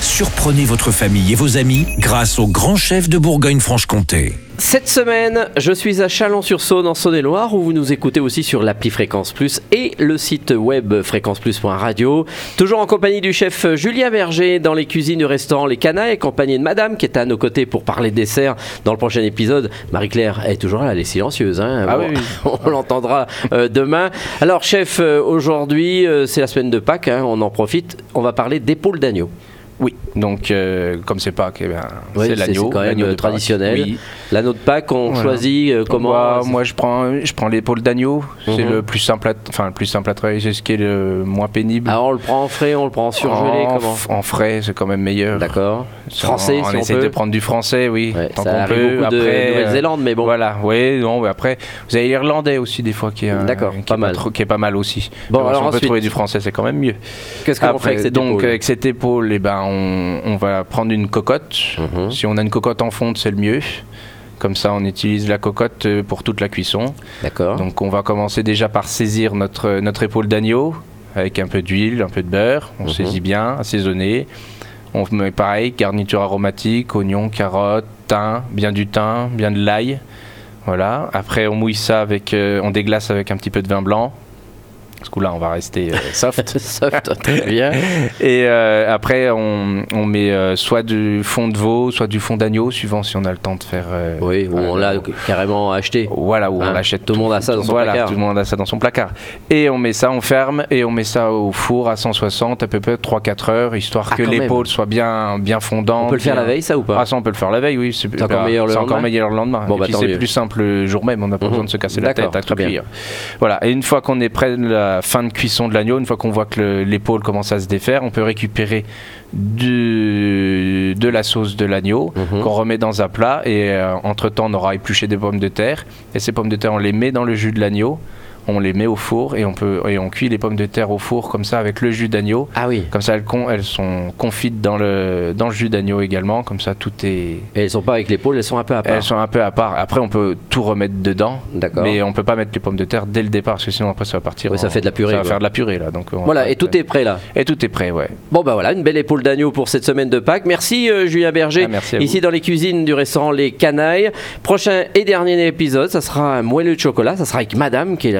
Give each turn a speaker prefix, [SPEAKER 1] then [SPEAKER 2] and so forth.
[SPEAKER 1] Surprenez votre famille et vos amis grâce au grand chef de Bourgogne-Franche-Comté.
[SPEAKER 2] Cette semaine, je suis à Chalon-sur-Saône en Saône-et-Loire où vous nous écoutez aussi sur l'appli Fréquence Plus et le site web fréquenceplus.radio. Toujours en compagnie du chef Julien Berger dans les cuisines du restaurant Les Canailles, accompagné de madame qui est à nos côtés pour parler dessert dans le prochain épisode. Marie-Claire est toujours là, elle est silencieuse. hein.
[SPEAKER 3] Ah
[SPEAKER 2] Bon,
[SPEAKER 3] oui,
[SPEAKER 2] On l'entendra euh, demain. Alors chef, euh, aujourd'hui, euh, c'est la semaine de Pâques, hein, on en profite. On va parler d'épaule d'agneau.
[SPEAKER 3] Oui, donc euh, comme c'est Pâques, eh ben,
[SPEAKER 2] Oui,
[SPEAKER 3] c'est l'agneau.
[SPEAKER 2] quand même
[SPEAKER 3] l'agneau de
[SPEAKER 2] euh,
[SPEAKER 3] Pâques.
[SPEAKER 2] traditionnel.
[SPEAKER 3] Oui.
[SPEAKER 2] L'anneau de Pâques, on
[SPEAKER 3] Voilà. Bah,
[SPEAKER 2] choisit euh, comment.
[SPEAKER 3] moi, moi, je prends, je prends l'épaule d'agneau. C'est
[SPEAKER 2] Mhm.
[SPEAKER 3] le plus simple, à, enfin le plus simple à travailler. C'est ce qui est le moins pénible.
[SPEAKER 2] Ah, on le prend en frais, on le prend en surgelé,
[SPEAKER 3] en,
[SPEAKER 2] comment
[SPEAKER 3] f- en frais, c'est quand même meilleur.
[SPEAKER 2] D'accord.
[SPEAKER 3] Ça,
[SPEAKER 2] Français,
[SPEAKER 3] on, on
[SPEAKER 2] si on
[SPEAKER 3] essaie
[SPEAKER 2] peut.
[SPEAKER 3] de prendre du français, oui.
[SPEAKER 2] Ouais,
[SPEAKER 3] tant
[SPEAKER 2] ça
[SPEAKER 3] qu'on
[SPEAKER 2] arrive
[SPEAKER 3] peut.
[SPEAKER 2] beaucoup de
[SPEAKER 3] Après, euh,
[SPEAKER 2] Nouvelle-Zélande, mais bon.
[SPEAKER 3] Voilà, oui, non, mais après, vous avez l'irlandais aussi des fois qui est, un-
[SPEAKER 2] D'accord,
[SPEAKER 3] qui est
[SPEAKER 2] pas mal.
[SPEAKER 3] trop- qui est pas mal aussi.
[SPEAKER 2] Bon,
[SPEAKER 3] Mais
[SPEAKER 2] alors
[SPEAKER 3] si on
[SPEAKER 2] ensuite-
[SPEAKER 3] peut trouver du français, c'est quand même mieux.
[SPEAKER 2] Qu'est-ce qu'on fait
[SPEAKER 3] Après,
[SPEAKER 2] avec cette
[SPEAKER 3] donc
[SPEAKER 2] épaule
[SPEAKER 3] avec cette épaule, eh ben, on, on va prendre une cocotte.
[SPEAKER 2] Mhm.
[SPEAKER 3] Si on a une cocotte en fonte, c'est le mieux. Comme ça, on utilise la cocotte euh, pour toute la cuisson.
[SPEAKER 2] D'accord.
[SPEAKER 3] Donc, on va commencer déjà par saisir notre, euh, notre épaule d'agneau avec un peu d'huile, un peu de beurre. On
[SPEAKER 2] Mhm.
[SPEAKER 3] saisit bien, assaisonné. On met pareil, garniture aromatique, oignons, carottes, thym, bien du thym, bien de l'ail. Voilà. Après, on mouille ça avec, euh, on déglace avec un petit peu de vin blanc. Ce coup-là, on va rester euh, soft.
[SPEAKER 2] Soft, très bien.
[SPEAKER 3] Et euh, après, on, on met euh, soit du fond de veau, soit du fond d'agneau, suivant si on a le temps de faire. euh,
[SPEAKER 2] Oui, ou on l'a carrément acheté.
[SPEAKER 3] Voilà, où
[SPEAKER 2] Hein,
[SPEAKER 3] on l'achète.
[SPEAKER 2] tout le monde a ça dans son
[SPEAKER 3] voilà,
[SPEAKER 2] placard.
[SPEAKER 3] tout le monde a ça dans son placard. Et on met ça, on ferme, et on met ça au four à 160, à peu près 3-4 heures, histoire
[SPEAKER 2] Ah,
[SPEAKER 3] que
[SPEAKER 2] quand
[SPEAKER 3] l'épaule soit bien, bien fondante.
[SPEAKER 2] On peut le faire
[SPEAKER 3] bien-
[SPEAKER 2] la veille, ça ou pas
[SPEAKER 3] Ah, ça, on peut le faire la veille, oui. C'est bah,
[SPEAKER 2] C'est encore meilleur le
[SPEAKER 3] c'est encore
[SPEAKER 2] lendemain
[SPEAKER 3] meilleur le lendemain.
[SPEAKER 2] Bon,
[SPEAKER 3] et
[SPEAKER 2] bah,
[SPEAKER 3] puis
[SPEAKER 2] tant mieux.
[SPEAKER 3] c'est plus simple le jour même, on n'a pas
[SPEAKER 2] Mhm.
[SPEAKER 3] besoin de se casser la
[SPEAKER 2] D'accord,
[SPEAKER 3] tête à
[SPEAKER 2] très bien.
[SPEAKER 3] cuire. Voilà, et une fois qu'on est près de la fin de cuisson de l'agneau, une fois qu'on voit que le- l'épaule commence à se défaire, on peut récupérer du- de la sauce de l'agneau
[SPEAKER 2] Mhm.
[SPEAKER 3] qu'on remet dans un plat et euh, entre-temps on aura épluché des pommes de terre et ces pommes de terre on les met dans le jus de l'agneau, on les met au four et on, peut, et on cuit les pommes de terre au four comme ça avec le jus d'agneau.
[SPEAKER 2] Ah oui.
[SPEAKER 3] Comme ça, elles, con- elles sont confites dans le, dans le jus d'agneau également. Comme ça, tout est.
[SPEAKER 2] Et elles sont pas avec l'épaule, elles sont un peu à part.
[SPEAKER 3] Elles sont un peu à part. Après, on peut tout remettre dedans.
[SPEAKER 2] D'accord.
[SPEAKER 3] Mais on peut pas mettre les pommes de terre dès le départ, parce que sinon, après, ça va partir.
[SPEAKER 2] Oui, ça
[SPEAKER 3] en-
[SPEAKER 2] fait de la purée,
[SPEAKER 3] Ça va
[SPEAKER 2] quoi.
[SPEAKER 3] faire de la purée, là. Donc, on va
[SPEAKER 2] Voilà,
[SPEAKER 3] pas
[SPEAKER 2] et
[SPEAKER 3] être-
[SPEAKER 2] tout est prêt là.
[SPEAKER 3] Et tout est prêt, ouais.
[SPEAKER 2] Bon, bah voilà, une belle épaule d'agneau pour cette semaine de Pâques. Merci euh, Julien Berger,
[SPEAKER 3] Ah, merci à
[SPEAKER 2] ici dans les cuisines du restaurant Les Canailles. Prochain et dernier épisode, ça sera un moelleux de chocolat. Ça sera avec madame qui est